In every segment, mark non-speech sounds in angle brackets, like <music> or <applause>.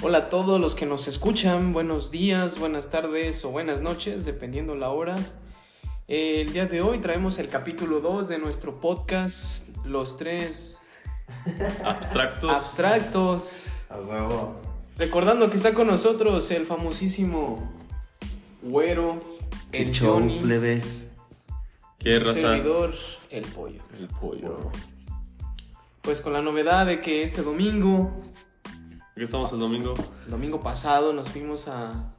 Hola a todos los que nos escuchan, buenos días, buenas tardes o buenas noches, dependiendo la hora. Eh, El día de hoy traemos el capítulo 2 de nuestro podcast, Los Tres Abstractos. Abstractos. A huevo. Recordando que está con nosotros el famosísimo Güero, el show, Johnny, plebes. Qué su raza. servidor, el Pollo. El pollo. Pues con la novedad de que este domingo, Aquí estamos el domingo el domingo pasado, nos fuimos a,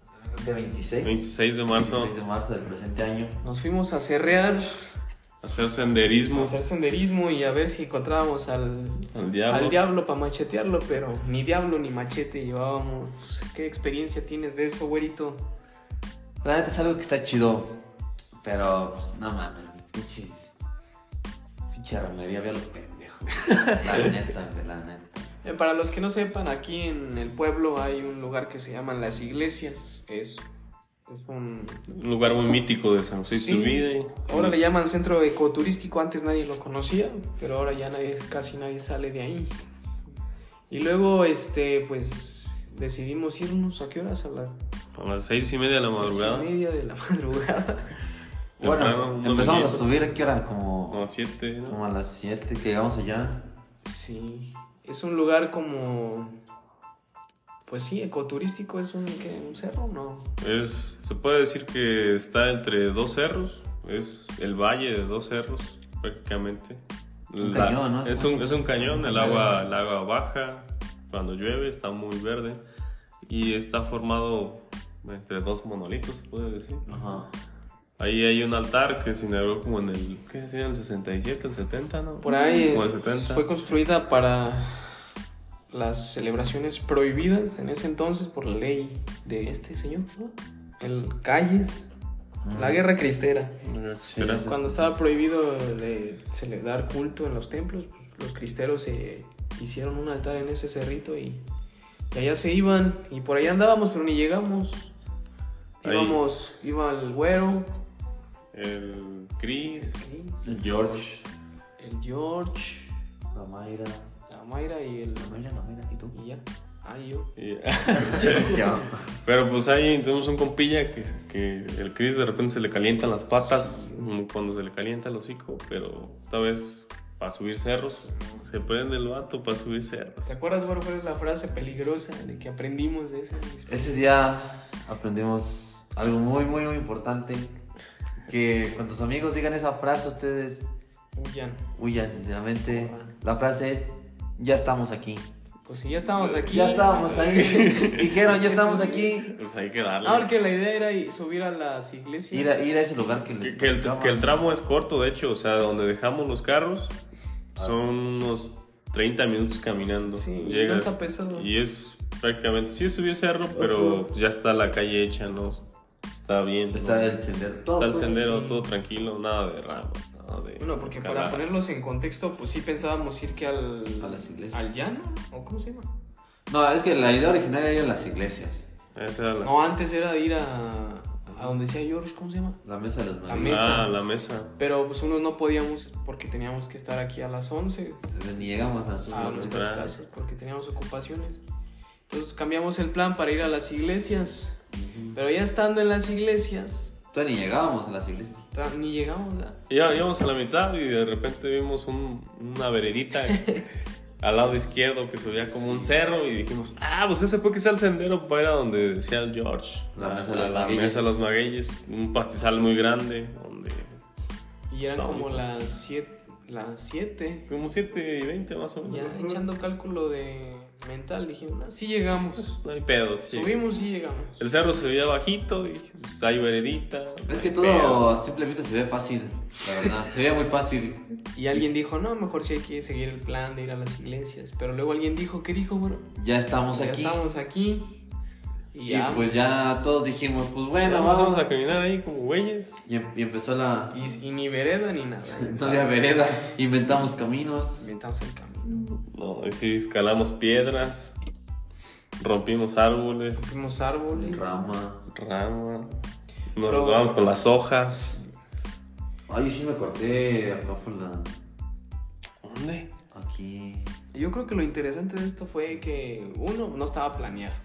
De 26. 26 de marzo 26 de marzo del presente año. nos fuimos a cerrear, a hacer senderismo a hacer senderismo y a ver si encontrábamos al al diablo. al diablo para machetearlo, pero ni diablo ni machete llevábamos. ¿Qué experiencia tienes de eso, güerito? La neta es algo que está chido. Pero, pues, no mames, güey, pinche. Pinche romería, veo lo pendejo. güey. La neta, güey, la neta. Eh, para los que no sepan, aquí en el pueblo hay un lugar que se llaman Las Iglesias. Es, es un... Un lugar muy mítico de San José Sí. Iturbide. Ahora le llaman centro ecoturístico, antes nadie lo conocía, pero ahora ya nadie, casi nadie sale de ahí. Y luego, este, pues, decidimos irnos, ¿a qué horas? A las A las 6 y media de la madrugada. seis y media de la <laughs> madrugada. Temprano, Bueno, un empezamos a dominguito. subir aquí ahora Como como, a 7, ¿no? como a las 7 que llegamos allá. Sí, es un lugar como... Pues sí, ecoturístico es un, ¿qué? un cerro, ¿no? Es, se puede decir que está entre dos cerros. Es el valle de dos cerros, prácticamente. Un cañón, ¿no? Es un, es un cañón, Un el cañón. agua, el agua baja. Cuando llueve está muy verde. Y está formado entre dos monolitos, se puede decir. Ajá. Ahí hay un altar que se inauguró como en el, ¿qué decía? En el 67, el 70, ¿no? Por ahí Como el es- 70. fue construida para las celebraciones prohibidas en ese entonces por la ley de este señor, ¿no? El Calles, Mm. la guerra cristera. Sí, Era- sí, Cuando estaba prohibido le- cele- dar culto en los templos, pues, los cristeros se hicieron un altar en ese cerrito y, y allá se iban y por allá andábamos, pero ni llegamos. Ahí. Íbamos, iba el güero, El Chris, sí, George. el George, La Mayra. la Mayra y el... La Mayra, la Mayra, ¿y tú? Y ya, ah, y <laughs> yo. y- <laughs> Yo. Pero pues ahí tenemos un compilla que, que el Chris de repente se le calientan las patas, como cuando se le calienta el hocico, pero esta vez para subir cerros, se prende el vato para subir cerros. ¿Te acuerdas, güero, cuál es la frase peligrosa de que aprendimos de esa experiencia? Ese día aprendimos algo muy, muy, muy importante. Que cuando tus amigos digan esa frase, ustedes Huyan. huyan, sinceramente. La frase es, ya estamos aquí. Pues si ya estábamos aquí. Ya estábamos <laughs> ahí. Dijeron, ya estamos aquí. Pues hay que darle. Ah, porque la idea era i- subir a las iglesias. Ir a, ir a ese lugar que les Que, que el, platicamos. que el tramo es corto, de hecho, o sea, donde dejamos los carros son unos 30 minutos caminando. Ah. Sí, y no Llegas- está pesado. Y es prácticamente, sí subí cerro, pero ya está la calle hecha, ¿no? Está bien. ¿no? Está el sendero. Está el pues, sendero sí. todo tranquilo, nada de ramas, nada de. Bueno, porque escalada. para ponerlos en contexto, pues sí pensábamos ir que al. A las iglesias. Al llano, ¿o cómo se llama? No, es que la idea original era ir a las iglesias. Esa era la, No, antes era ir a. A donde decía George, ¿cómo se llama? La mesa de los La maridos. Ah, mesa. la mesa. Pero pues unos no podíamos porque teníamos que estar aquí a las 11. Eh, Ni llegamos a nuestros Ah, a lugares. nuestras nuestra- casas porque teníamos ocupaciones. Entonces cambiamos el plan para ir a las iglesias. Pero ya estando en las iglesias, Todavía ni llegábamos a las iglesias. ta- ni llegamos a... Ya íbamos a la mitad y de repente vimos un- <laughs> una veredita al lado izquierdo que subía como un cerro y dijimos, ah, pues ese puede que sea el sendero para ir a donde decía el George. La Ah, mesa de los magueyes. mesa de los magueyes, un pastizal muy grande donde. Y eran No. como las 7. Las 7. Como 7 y 20 más o Ya menos. echando cálculo de mental, dijimos, "Ah, sí llegamos. No hay pedos. sí. Subimos y llegamos. El cerro se veía bajito y pues, hay veredita. no Es que hay pedo. todo a simple vista se ve fácil, la verdad. Se veía muy fácil. Y alguien dijo, no, mejor sí hay que seguir el plan de ir a las iglesias. Pero luego alguien dijo, ¿qué dijo? Bueno, Ya estamos ya aquí. estamos aquí. Y, y ya. pues ya todos dijimos, pues Ya bueno, Empezamos vamos. a caminar ahí como güeyes. Y, em- y empezó la Y- y ni vereda ni nada. <laughs> no había vereda. Inventamos caminos. Inventamos el camino. No, y sí, escalamos piedras, rompimos árboles, Fuimos árboles. Rama. ramas, nos Pero- vamos con las hojas. Ay, yo sí me corté acá por la. ¿Dónde? Aquí. Y Yo creo que lo interesante de esto fue que uno no estaba planeado.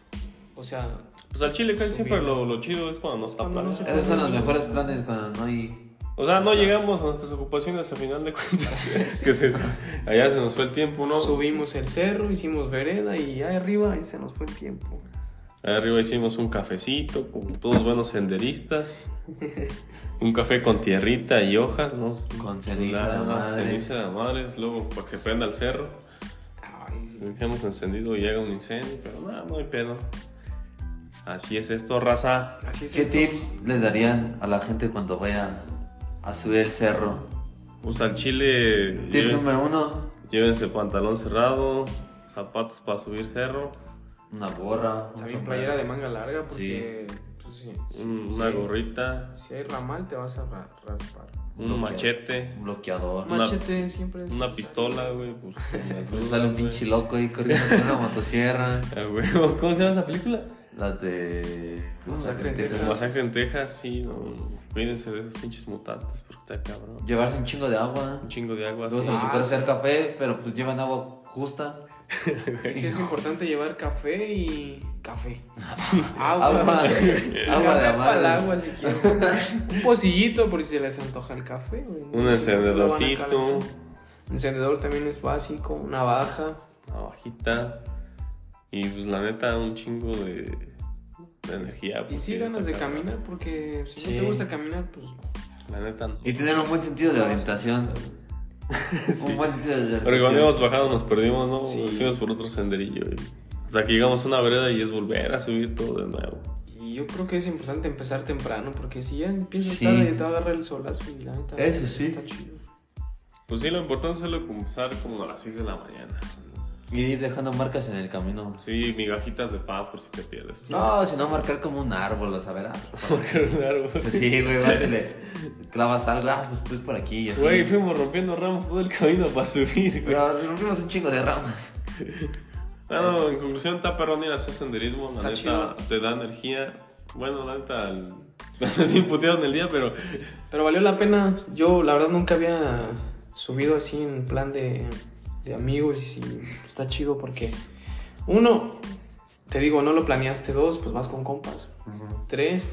O sea, Pues al chile casi Subir. siempre lo, lo chido es cuando no está Cuando no planeado. se Esos son los mejores planes cuando no hay. O sea, no llegamos a nuestras ocupaciones a final de <laughs> cuentas. que se- allá se nos fue el tiempo, ¿no? subimos el cerro, hicimos vereda y ya arriba ahí se nos fue el tiempo. Arriba hicimos un cafecito con todos buenos senderistas. Un café con tierrita y hojas, ¿no? Con ceniza de madre. Ceniza de madres, luego para que se prenda el cerro. Lo dejamos encendido y haga un incendio, pero nada, no hay pedo. Así es esto, raza. Así es. ¿Qué esto. tips les darían a la gente cuando vaya a subir el cerro? Usa el chile. Tip lleven- número uno: Llévense pantalón cerrado, zapatos para subir cerro, una gorra. un También sombrero. playera de manga larga porque pues, sí, un- una sí. gorrita, Si hay ramal te vas a ra- raspar. un Bloqueado. machete, Un bloqueador. Una- Machete siempre. es una necesario. pistola, güey. Pues, con <laughs> las Pues dudas, sale un güey. pinche loco ahí corriendo con una motosierra. Ah, güey, <laughs> ¿Cómo se llama esa película? Las de. Masacre en Texas. Texas. Masacre en Texas, sí, no. Cuídense de esos pinches mutantes, porque está cabrón. Llevarse un chingo de agua. Un chingo de agua Luego así. se les Ah, ocurre sí. hacer café, pero pues llevan agua justa. Sí es importante llevar café y <laughs> café. Agua. Agua. agua <laughs> de la para el madre. agua si quieres. Un pocillito por si se les antoja el café. güey. Un Lo van a encendedorcito, calentar. Encendedor también es básico, navaja. una bajita. Y pues la neta, un chingo de, de energía. Y porque sí ganas de está cabrón. caminar porque si Sí. no te gusta caminar, pues La neta, no. Y tener un buen sentido de orientación. <laughs> Un buen sentido de orientación. Porque cuando íbamos bajando nos perdimos, ¿no? Sí. Nos fuimos por otro senderillo. y hasta que llegamos a una vereda y es volver a subir todo de nuevo. y yo creo que es importante empezar temprano porque si ya empiezas Sí. tarde te va a agarrar el solazo y la neta Eso sí. está chido. Pues sí, lo importante es hacerlo comenzar como a las 6 de la mañana. Y ir dejando marcas en el camino. Sí, migajitas de pan por si te pierdes. Ah. No, sino marcar como un árbol, o <laughs> sea, ¿verdad? <laughs> Claro, güey. Pues sí, güey, vas y le clavas algo. Ah, pues, pues por aquí, y así. Güey, fuimos rompiendo ramos todo el camino para subir, güey. Pero rompimos un chingo de ramas. No, no, en conclusión, está perrón ir a hacer senderismo, Está la neta, chido. te da energía. Bueno, la neta, el- <laughs> sí putearon el día, pero Pero valió la pena. Yo, la verdad, nunca había subido así en plan de, de amigos y está chido porque, uno, te digo, no lo planeaste. Dos, pues vas con compas. Tres,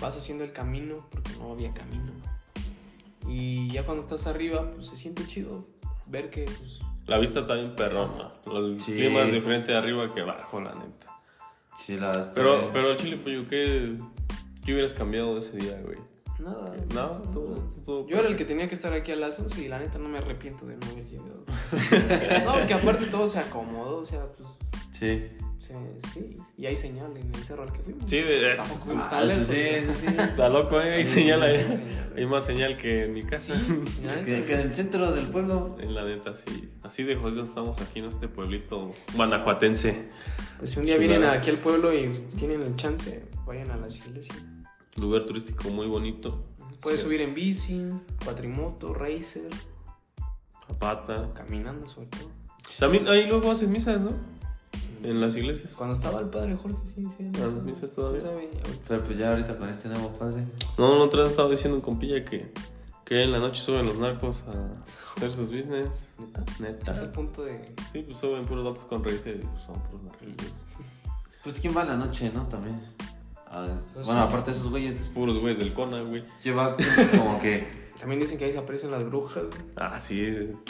vas haciendo el camino porque no había camino. Y ya cuando estás arriba, pues se siente chido ver que, pues, la vista está bien perrona. El Sí. clima es diferente arriba que abajo, la neta. Sí, las. Pero, eh, pero el chile, pues, yo, ¿qué, ¿qué hubieras cambiado de ese día, güey? nada. No, todo, todo. Yo era el que tenía que estar aquí a las 11 y la neta no me arrepiento de no haber <laughs> llegado. No, porque aparte todo se acomodó, o sea, pues Sí. Sí, sí, y hay señal en el cerro al que fuimos. Sí, de- Tampoco es- está Ah, lejos. sí, sí, sí. Está loco, ¿eh? Hay señal ahí. señal. Hay más señal que en mi casa. <laughs> Ya, Que, que en el centro del pueblo. <laughs> En la neta, sí. Así de jodido estamos aquí en este pueblito guanajuatense. Pues si un día vienen aquí al pueblo y tienen el chance, vayan a las iglesias. Lugar turístico muy bonito. Puedes Sí. subir en bici, cuatrimoto, racer, Zapata. caminando sobre todo. También ahí luego hacen misas, ¿no? En las iglesias. Cuando estaba el padre Jorge, sí, sí. Las misas todavía. Pero pues ya ahorita con este nuevo padre. No, no, otra vez estaba diciendo un compilla que, que en la noche suben los narcos a hacer sus business. Es el Neta. punto de... Sí, pues suben puros datos con raíces y pues, son puros narquillos. Pues quién va en la noche, ¿no? También. Ah, Pues bueno, sí. aparte de esos güeyes, Puros güeyes del Cona, güey. lleva como que. <laughs> También dicen que ahí se aparecen las brujas. güey. Ah, sí.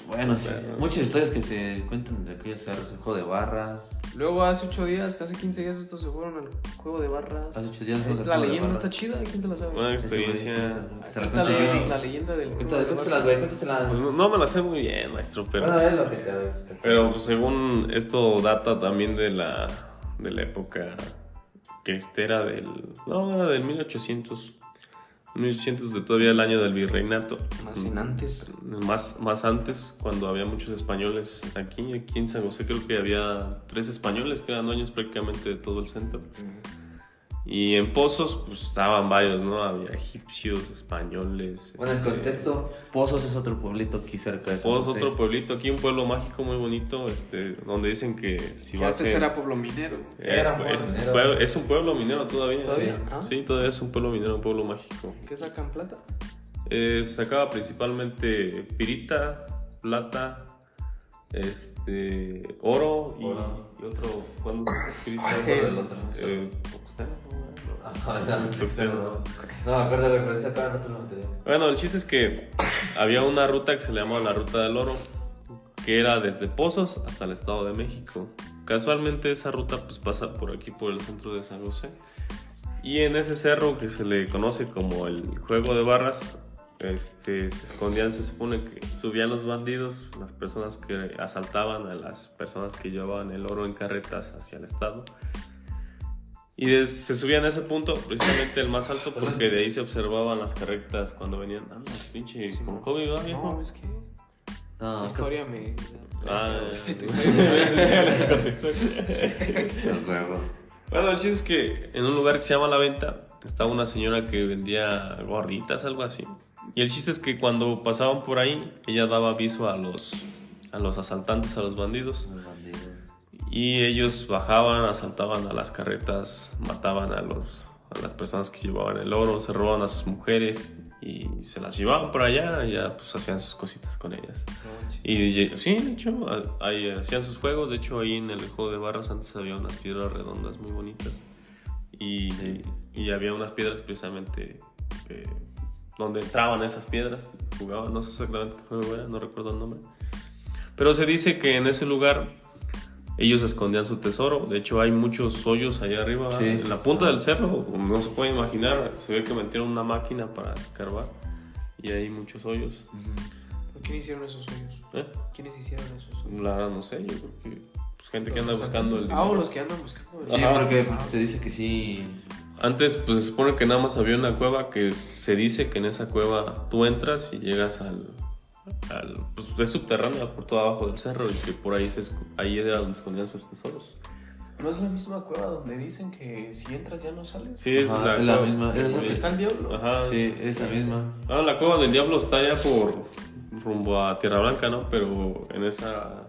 Bueno, sí, Claro. muchas historias que se cuentan de aquellos cerros, el juego de barras. Luego hace 8 días, hace 15 días estos se fueron al juego de barras. Hace ocho días Es fuimos al La juego de leyenda barras. está chida, ¿quién se la sabe? Una Ese güey, experiencia. que Se Aquí la está cuenta la, Johnny. la leyenda del juego Cuéntale- de Cuéntaselas, barras. güey, cuéntaselas. Pues no, no me la sé muy bien, maestro, pero. Bueno, es lo que te- Pero pues, según esto data también de la, de la época cristera del... No, era del 1800. 1800 de todavía el año del virreinato. Más Mm. en antes. Más, más antes, cuando había muchos españoles aquí, aquí en San José creo que había tres españoles que eran dueños prácticamente de todo el centro. Y en pozos pues estaban varios, ¿no? Había egipcios, españoles. Bueno, el este, contexto, Pozos es otro pueblito aquí cerca de San Pozos, José. <laughs> otro pueblito, aquí un pueblo mágico muy bonito, este, donde dicen que si Que vas a... antes era pueblo minero. Es, Era un pueblo es- minero. pueblo- es un pueblo minero todavía. ¿Todavía? Sí. Ah. Sí, todavía es un pueblo minero, un pueblo mágico. ¿Qué sacan plata? Eh, sacaba principalmente pirita, plata, este, oro y, Oro. y otro, ¿cuándo se escribe? el otro. Eh, Tuxtán, ¿no? Ah, No me acuerdo, güey, pero ese pedo no te lo metería. Bueno, el chiste es que había una ruta que se le llamaba la Ruta del Oro, que era desde Pozos hasta el Estado de México. Casualmente esa ruta pues pasa por aquí, por el centro de San José. Y en ese cerro que se le conoce como el Juego de Barras, este, se escondían, se supone que subían los bandidos, las personas que asaltaban a las personas que llevaban el oro en carretas hacia el Estado. Y des- se subían a ese punto, precisamente el más alto, porque de ahí se observaban las carretas cuando venían. Ah, no, pinche, Sí, con no. COVID, ¿verdad, No, viejo? es que No, la historia me... Ah, <laughs> Tu <laughs> el huevo. Bueno, el chiste es que en un lugar que se llama La Venta estaba una señora que vendía gorditas, algo así. Y el chiste es que cuando pasaban por ahí, ella daba aviso a los, a los asaltantes, a los bandidos. Y ellos bajaban, asaltaban a las carretas, mataban a, los, a las personas que llevaban el oro, se robaban a sus mujeres y se las llevaban por allá y ya pues hacían sus cositas con ellas. Y ye- sí, de hecho, a- ahí hacían sus juegos. De hecho, ahí en el juego de barras antes había unas piedras redondas muy bonitas. Y, y había unas piedras precisamente eh, donde entraban esas piedras. Jugaban, no sé exactamente qué juego era, no recuerdo el nombre. Pero se dice que en ese lugar ellos escondían su tesoro. De hecho, hay muchos hoyos allá arriba. Sí. En la punta Ah. del cerro, como no se puede imaginar, se ve que metieron una máquina para escarbar. Y hay muchos hoyos. ¿Quién hicieron esos sueños? ¿Eh? ¿Quiénes hicieron esos sueños? La verdad no sé, yo creo que pues, gente que Los anda buscando el asaltantes. Ah, o dinero. los que andan buscando el Sí, Ajá. porque pues, se dice que sí. Antes pues se supone que nada más había una cueva que es- se dice que en esa cueva tú entras y llegas al, al- pues es subterránea por todo abajo del cerro y que por ahí se esco- ahí era donde escondían sus tesoros. ¿No es la misma cueva donde dicen que si entras ya no sales? Sí, es Ajá, la, es la cueva- misma. Es la Porque que está el diablo. Ajá. Sí, esa misma. Ah, la cueva del diablo está allá por rumbo a Tierra Blanca, ¿no? Pero en esa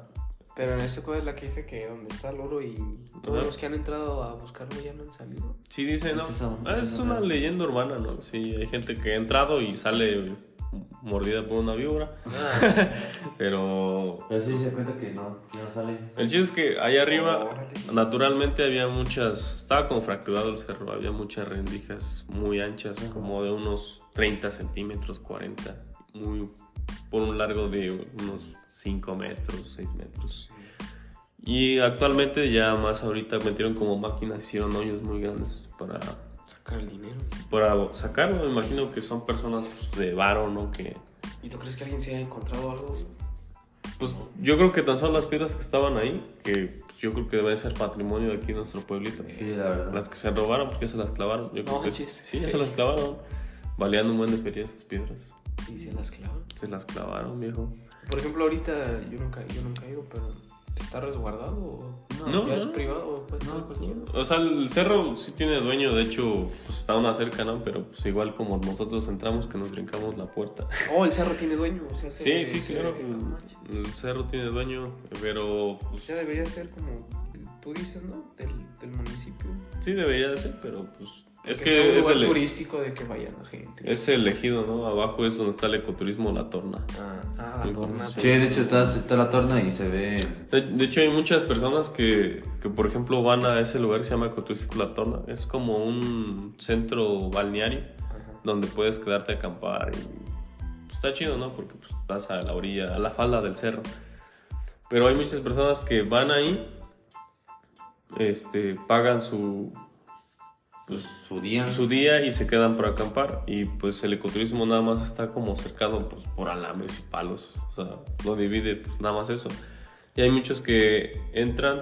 Pero en esta cueva es la que dice que donde está el oro y todos Ajá. los que han entrado a buscarlo ya no han salido. Sí, dice, ¿no? Es esa- Ah, Es esa una madre. leyenda urbana, ¿no? Sí, hay gente que ha entrado y sale mordida por una víbora. <laughs> Pero Pero sí se cuenta que no, que no sale. el chiste es que allá arriba, Órale. naturalmente había muchas. Estaba como fracturado el cerro, había muchas rendijas muy anchas, como de unos 30 centímetros, 40. Muy, por un largo de unos 5 metros, 6 metros. Y actualmente, ya más ahorita metieron como máquinas, hicieron hoyos muy grandes para Sacar el dinero. para sacarlo. Me imagino que son personas de varo, ¿no? Que, ¿Y tú crees que alguien se haya encontrado algo? pues yo creo que tan solo las piedras que estaban ahí, que yo creo que debe ser patrimonio de aquí en nuestro pueblito. Sí, la verdad. Las que se robaron, porque se las clavaron. Yo creo No que manches. sí, ya se las clavaron. Valían un buen de feria esas piedras. ¿Y se las clavan? Se las clavaron, viejo. Por ejemplo, ahorita yo nunca, yo nunca he ido, pero ¿está resguardado o No, ya es no. privado? Pues, o puede entrar cualquiera? O sea, el cerro sí tiene dueño, de hecho, pues está una cerca, ¿no? Pero pues igual como nosotros entramos, que nos brincamos la puerta. Oh, el cerro tiene dueño. O sea, Sí, se- sí, se- claro. no manches. El cerro tiene dueño, pero pues, Ya debería ser como tú dices, ¿no? Del, del municipio. Sí, debería de ser, pero pues. Es sea un que es lugar el, turístico de que vaya la gente. es el ejido, ¿no? Abajo es donde está el ecoturismo La Torna. Ah, ah, la torna. Sí, de hecho está, está la torna y se ve. De, de hecho, hay muchas personas que, que, por ejemplo, van a ese lugar que se llama Ecoturístico La Torna. Es como un centro balneario Ajá. donde puedes quedarte a acampar y. pues, está chido, ¿no? Porque pues, vas a la orilla, a la falda del cerro. Pero hay muchas personas que van ahí, este, pagan su, pues, Su día. su día y se quedan para acampar y pues el ecoturismo nada más está como cercado pues, por alambres y palos o sea lo divide pues, nada más eso y hay muchos que entran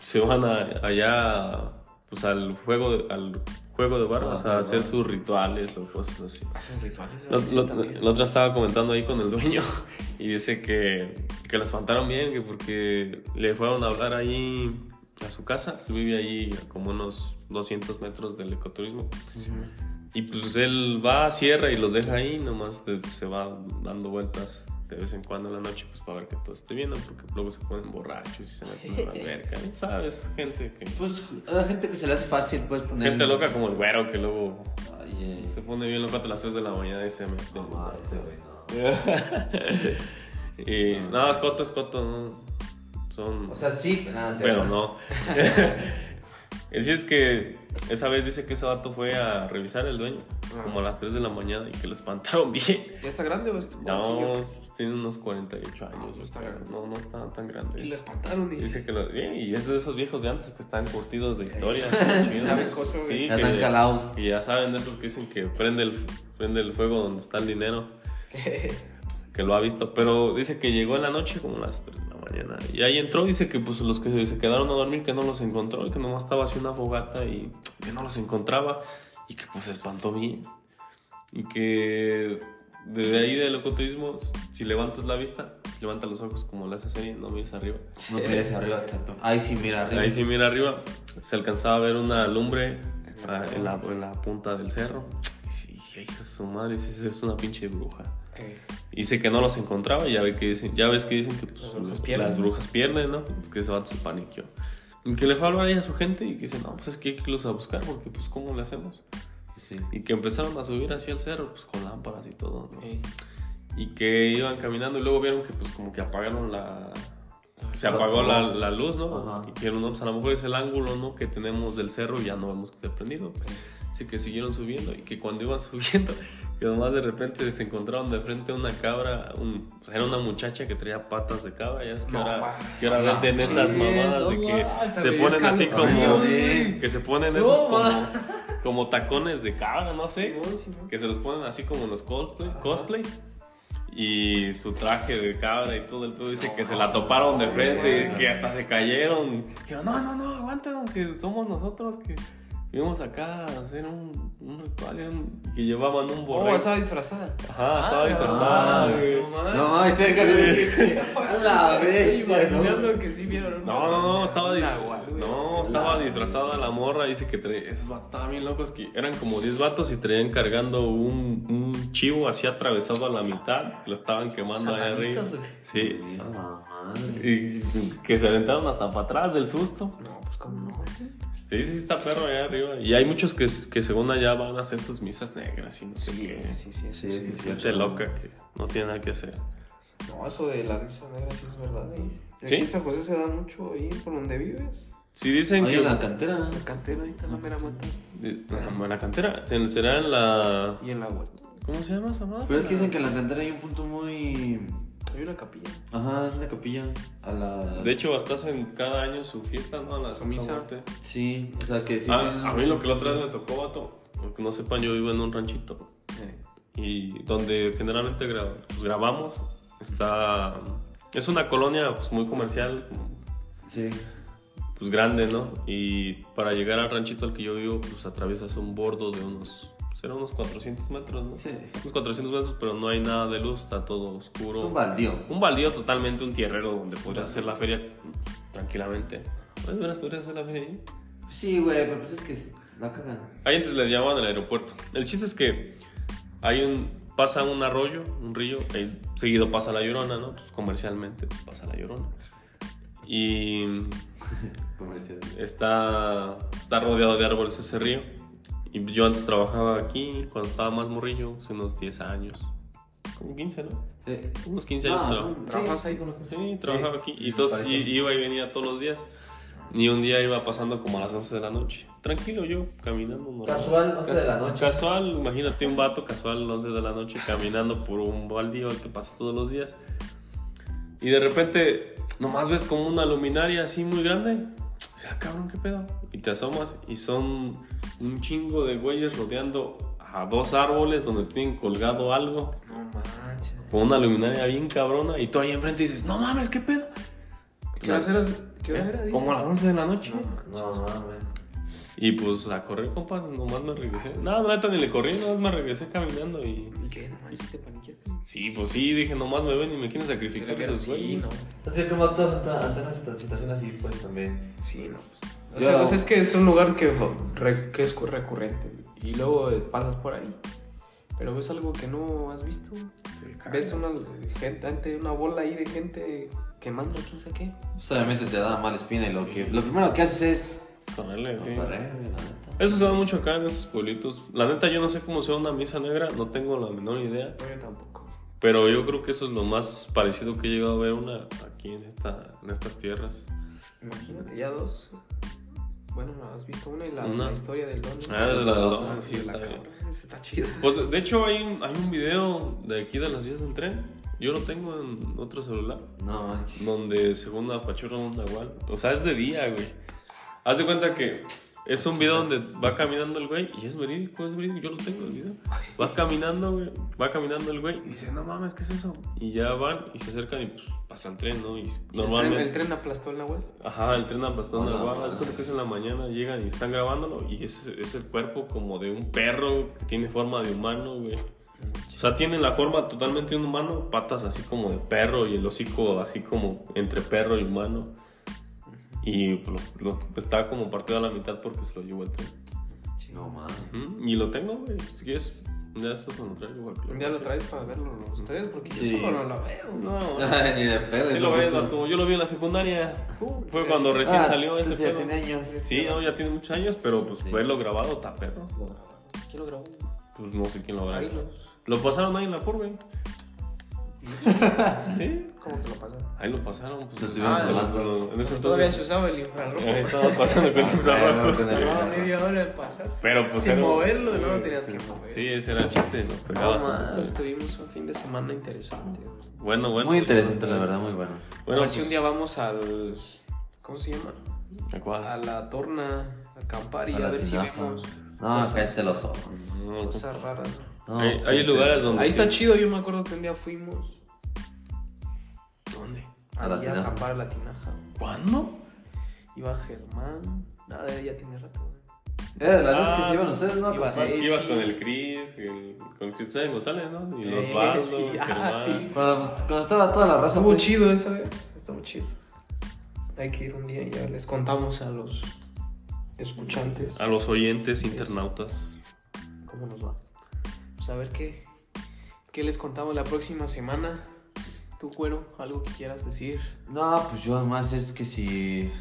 se van a- allá pues al juego de, al juego de barras Ah, a hacer bueno. sus rituales o cosas así Hacen rituales. la, ¿no? Sí, la- también. la otra estaba comentando ahí con el dueño <laughs> y dice que, que la espantaron bien, que porque le fueron a hablar ahí a su casa. Él vive ahí a como unos 200 metros del ecoturismo. Y pues él va, cierra y los deja ahí, nomás de- se va dando vueltas de vez en cuando en la noche pues para ver que todo esté bien, ¿no? porque luego se ponen borrachos y se meten en la alberca. ¿Sabes? Gente que... Pues a la gente que se le hace fácil, pues poner. Gente loca como el güero que luego Ay, eh. se pone bien loco a las 3 de la mañana y se mete. No, ese güey, no. <laughs> Y, no, es coto, es coto, no. Son. O sea, sí, pero nada, se Pero no. <laughs> El sí es que esa vez dice que ese vato fue a revisar el dueño, Ah. como a las 3 de la mañana, y que lo espantaron <laughs> bien. ¿Ya está grande o es un No, señor? tiene unos 48 años, No está no está, grande. no, no está tan grande. Y lo espantaron <laughs> y... Dice que lo. bien, y es de esos viejos de antes que están curtidos de <laughs> historia. Saben cosas, güey. Sí, Ya que- están calados. Y ya saben de esos que dicen que prende el, prende el fuego donde está el dinero. Eh, que lo ha visto, pero dice que llegó en la noche como a las 3 de la mañana. Y ahí entró, dice que pues los que se quedaron a dormir que no los encontró, y que nomás estaba así una fogata y que no los encontraba y que pues se espantó bien. Y que desde ahí del ocultismo, si levantas la vista, levanta los ojos como la hace serie, no mires arriba. No mires arriba tanto. Ahí sí, mira arriba. Ahí si mira arriba, se alcanzaba a ver una lumbre ah, en la, en la punta del cerro. Y sí, dije, hijo de su madre, esa es una pinche bruja. Eh, Dice que no los encontraba y ya, ve que dicen, ya ves que dicen que pues, Las brujas las, pierden. las brujas pierden, ¿no? Es que ese vato se paniqueó. Y que le fue a hablar ahí a su gente y que dice, no, pues es que hay que los a buscar porque pues ¿cómo le hacemos? Sí. Y que empezaron a subir hacia el cerro pues con lámparas y todo, ¿no? eh, Y que iban caminando y luego vieron que pues como que apagaron la... Se Se apagó apagó. la, la luz, ¿no? Ajá. Y dijeron, no, pues a lo mejor es el ángulo, ¿no? Que tenemos del cerro y ya no vemos que está prendido. Así que siguieron subiendo y que cuando iban <laughs> subiendo, que nomás de repente se encontraron de frente a una cabra, un- pues, era una muchacha que traía patas de cabra, ya es que No, ahora, ma. que ahora No, venden esas sí, mamadas no, de ma, que se me ponen así escalofrío, como, güey. que se ponen No, esos ma. como, como tacones de cabra, no sé, Simón, Simón. que se los ponen así como en los cosplay, cosplays. Y su traje de cabra y todo el pedo dice que se la toparon de frente, güey. que hasta se cayeron. Dijeron, no, no, no, aguanten, que somos nosotros que vimos acá a hacer un, un ritual un- que llevaban un Oh, borrego. estaba disfrazada. Ajá, estaba Ah, disfrazada, no, güey. no, ma. No, ahí te dije. A <laughs> la Estoy bestia, ¿no? imaginando que sí vieron. No, no, no, estaba disfrazada. disfrazada. No, estaba disfrazada la morra. Dice que traía- esos vatos estaban bien locos. Que eran como 10 vatos y traían cargando un, un chivo así atravesado a la mitad. Lo estaban quemando ahí arriba. ¿Satanistas o qué? Sí. Mira, madre. Y que se aventaron hasta para atrás del susto. No, pues cómo no. Sí, sí, está perro allá arriba. Y hay muchos que, que según allá van a hacer sus misas negras y no sé qué. sí, Sí, sí, sí. Gente loca que no tiene nada que hacer. No, eso de la misa negra sí es verdad. ¿eh? Aquí ¿Sí? en San José se da mucho ahí por donde vives. Si dicen Hay que. una cantera. La cantera ahí está la mera mata. Eh, En la cantera. se- Será en la. Y en la huerta. ¿Cómo se llama esa madre? Pero es que dicen que en la cantera hay un punto muy. Hay una capilla. Ajá, hay una capilla. A la. De hecho, bastas en cada año su fiesta, ¿no? La Su misa. Santa Muerte. Sí, o sea que sí. tienen- Ah, a mí lo que la otra vez me tocó, vato. Aunque no sepan, yo vivo en un ranchito. y donde generalmente gra- pues, grabamos está es una colonia pues, muy comercial Sí. pues grande no y para llegar al ranchito al que yo vivo pues atraviesas un bordo de unos será unos 400 metros no Sí. unos 400 metros pero no hay nada de luz está todo Es oscuro un baldío. un baldío totalmente un tierrero donde podrías hacer la feria tranquilamente Pues, verás, podrías hacer la feria ahí. Sí, güey, pero pues es que es- la cagan. Ahí antes les llamaban el aeropuerto. El chiste es que hay un pasa un arroyo, un río, ahí seguido pasa la llorona, ¿no? Pues comercialmente pues, pasa la llorona. Y Comercial. está, está rodeado de árboles ese río. Y yo antes trabajaba aquí cuando estaba más morrillo, hace unos 10 años. Como 15, ¿no? Sí. Unos 15 años trabajaba. ¿Trabajas ahí? Sí, trabajaba aquí. me Y entonces parece. i- iba y venía todos los días. Y un día iba pasando como a las 11 de la noche. Tranquilo yo, caminando. normal. Casual, 11 de la noche. Casual, imagínate un vato casual 11 de la noche caminando por un baldío al que pasa todos los días. Y de repente nomás ves como una luminaria así muy grande. O sea, cabrón, qué pedo. Y te asomas y son un chingo de güeyes rodeando a dos árboles donde tienen colgado algo No manches. con una luminaria bien cabrona. Y tú ahí enfrente dices, no mames, qué pedo. ¿Qué horas eras? ¿Qué ¿Eh? hora era? Como a las 11 de la noche. No, mames. Y pues a correr, compas, nomás me regresé. No, no, ni le corrí, nomás me regresé caminando y. ¿Y qué? No manches, te paniqueaste. Sí, pues sí, dije, nomás me ven y me quieren sacrificar esos Sí, güeyes. no. Así que como todas ante una situación así, pues también. Sí, no. Pues. O Ya. sea, pues, es que es un lugar que, re- que es recurrente. Y luego eh, pasas por ahí. Pero ves algo que no has visto. Ves una gente, ante una bola ahí de gente quemando, quién sabe qué. Pues, obviamente te da mala espina y lo que lo primero que haces es Correrle, sí. correr, la neta. Eso se da mucho acá en esos pueblitos. La neta, yo no sé cómo sea una misa negra, no tengo la menor idea. No, yo tampoco. Pero yo creo que eso es lo más parecido que he llegado a ver una aquí en, esta, en estas tierras. Imagínate, ya dos. Bueno, no, has visto una y la, Una. la historia del Don. Ah, la, la- la- Ah, sí, la está bien. cabrón, esa está chida. Pues de hecho hay, un- hay un video de aquí de las vías del tren. Yo lo tengo en otro celular. No manches. Donde según apachurra un nahual. O sea, es de día, güey. Haz de cuenta que es un video donde va caminando el güey. Y es verídico, es verídico. Yo lo tengo el video. Vas caminando, güey. Va caminando el güey. Y dice, no mames, ¿qué es eso? Y ya van y se acercan y pues, pasan tren, ¿no? Y El tren, el normalmente... tren aplastó el Nahuel. Ajá, el tren aplastando No, al no, guarda. no. Es cuando que es en la mañana, llegan y están grabándolo. Y es, es el cuerpo como de un perro que tiene forma de humano, güey. O sea, tiene la forma totalmente de un humano, patas así como de perro y el hocico así como entre perro y humano. Y lo, lo- está como partido a la mitad porque se lo llevó el tren. No mames. Ujú, Y lo tengo, güey. Si quieres, ya eso cuando traigo, güey. Un día lo traes para verlo los tres, porque Sí. yo solo no lo veo. No, <laughs> Ni de pedo. sí lo ves, vato. Yo lo vi en la secundaria. Uh, Fue eh, cuando recién Ah, salió ese tú ya pedo. tiene años. Sí, no, ya tiene muchos años, pero pues Sí. verlo grabado está perro. Quiero grabar. Pues no sé quién lo habrá Ahí hecho. lo, Lo pasaron ahí en la <laughs> purga. sí, ¿Cómo que lo pagaron? ahí lo pasaron. Pues, Lo estuvieron ah, colando. lo- en ese Todavía se entonces. Eh. usaba el infrarrojo. Ahí estaba pasando con Ah, el claro, trabajo. con el- Tardaba media hora en pasarse. Pero pues Sin era- moverlo, no lo tenías sí, que mover. Sí, ese era el chiste, lo No, pegabas. man, pues tuvimos un fin de semana interesante. bueno, bueno. Muy interesante, la verdad, muy bueno. Bueno, Bueno, a ver si pues, un día vamos al. ¿Cómo se llama? ¿a cuál? A la torna, a acampar y A a, la ver si tinaja. vemos No, cállate los ojos. No, cosas raras. No, hay, hay cállate. lugares donde. Ahí sí- está chido, yo me acuerdo que un día fuimos. ¿Dónde? A la Ahí tinaja. acampar a la tinaja. ¿Cuándo? Iba Germán. Nada, ya tiene rato. güey. Era Eh, de las veces que Ah, se iban ustedes, ¿no? ibas, Papá. eh. Sí, Ibas sí. con el Chris, el- con Cristian González, ¿no? Y los Eh, Osvaldo, sí, ah, Germán. sí. Cuando, pues, cuando estaba toda la raza. Estuvo pues. chido esa vez. Estuvo chido. Hay que ir un día y ya les contamos a los escuchantes Ah. A los oyentes internautas. cómo nos va. Pues a ver qué, qué les contamos la próxima semana. Tu cuero, algo que quieras decir. No, pues yo además es que si.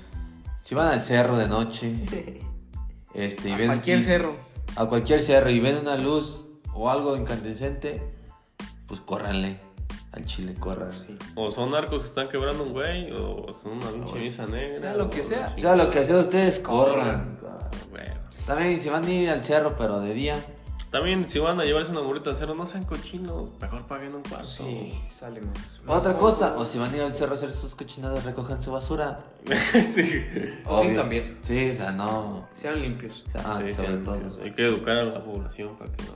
Si van al cerro de noche. <laughs> Este, y A ven- cualquier y- cerro. A cualquier cerro y ven una luz o algo incandescente, pues córranle. Al chile, corran. O son narcos que están quebrando un güey, o son una pinche misa negra. Sea lo que o- sea. O sea, lo que hacen ustedes, corran. Güey. También si van a ir al cerro, pero de día. También, si van a llevarse una burrita de cero, no sean cochinos. Mejor paguen un cuarto. Sí, sale más. más Otra barato. cosa, o si van a ir al cerro a hacer sus cochinadas, recojan su basura. <laughs> sí. O sí, también. Sí, o sea, no. Sean limpios. O sea, ah, Sí, sobre sí, todo. Hay que educar a la población para que no.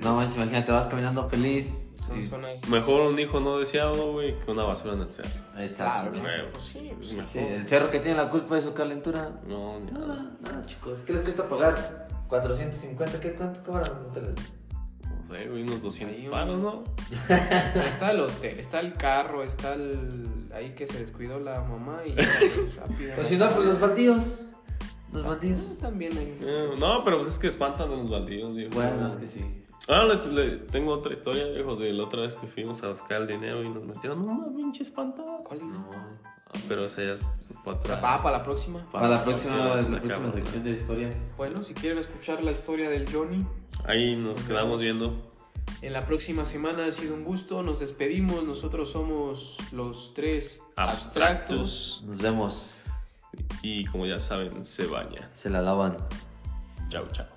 No manches, imagínate, vas caminando feliz. Son y- zonas. Mejor un hijo no deseado, güey, que una basura en el cerro. Claro, Exactamente. Huevo. pues sí, pues Es mejor. Sí, el cerro que tiene la culpa de su calentura. No, ya. Nada, nada, chicos. ¿Qué les cuesta pagar? 450, ¿qué cuánto cobran? No sé, güey, unos 200 Ahí, paros, ¿no? Está el hotel, está el carro, está el. Ahí que se descuidó la mamá y. <laughs> rápido. O si no, pues los baldíos. Los baldíos. Ah, También hay. Eh, No, pero pues es que espantan a los bandidos, viejo. Bueno, es que sí. Ah, les, les- tengo otra historia, viejo, de la otra vez que fuimos a buscar el dinero y nos metieron una pinche espantada. ¿Cuál No. Ah, Pero esa ya es para atrás. Va para la próxima. Para la próxima, la próxima cabrón. sección de historias. Bueno, si quieren escuchar la historia del Johnny, Ahí nos quedamos viendo. en la próxima semana ha sido un gusto. Nos despedimos. Nosotros somos los tres abstractos. Abstractos. Nos vemos. Y como ya saben, se baña. Se la lavan. Chao, chao.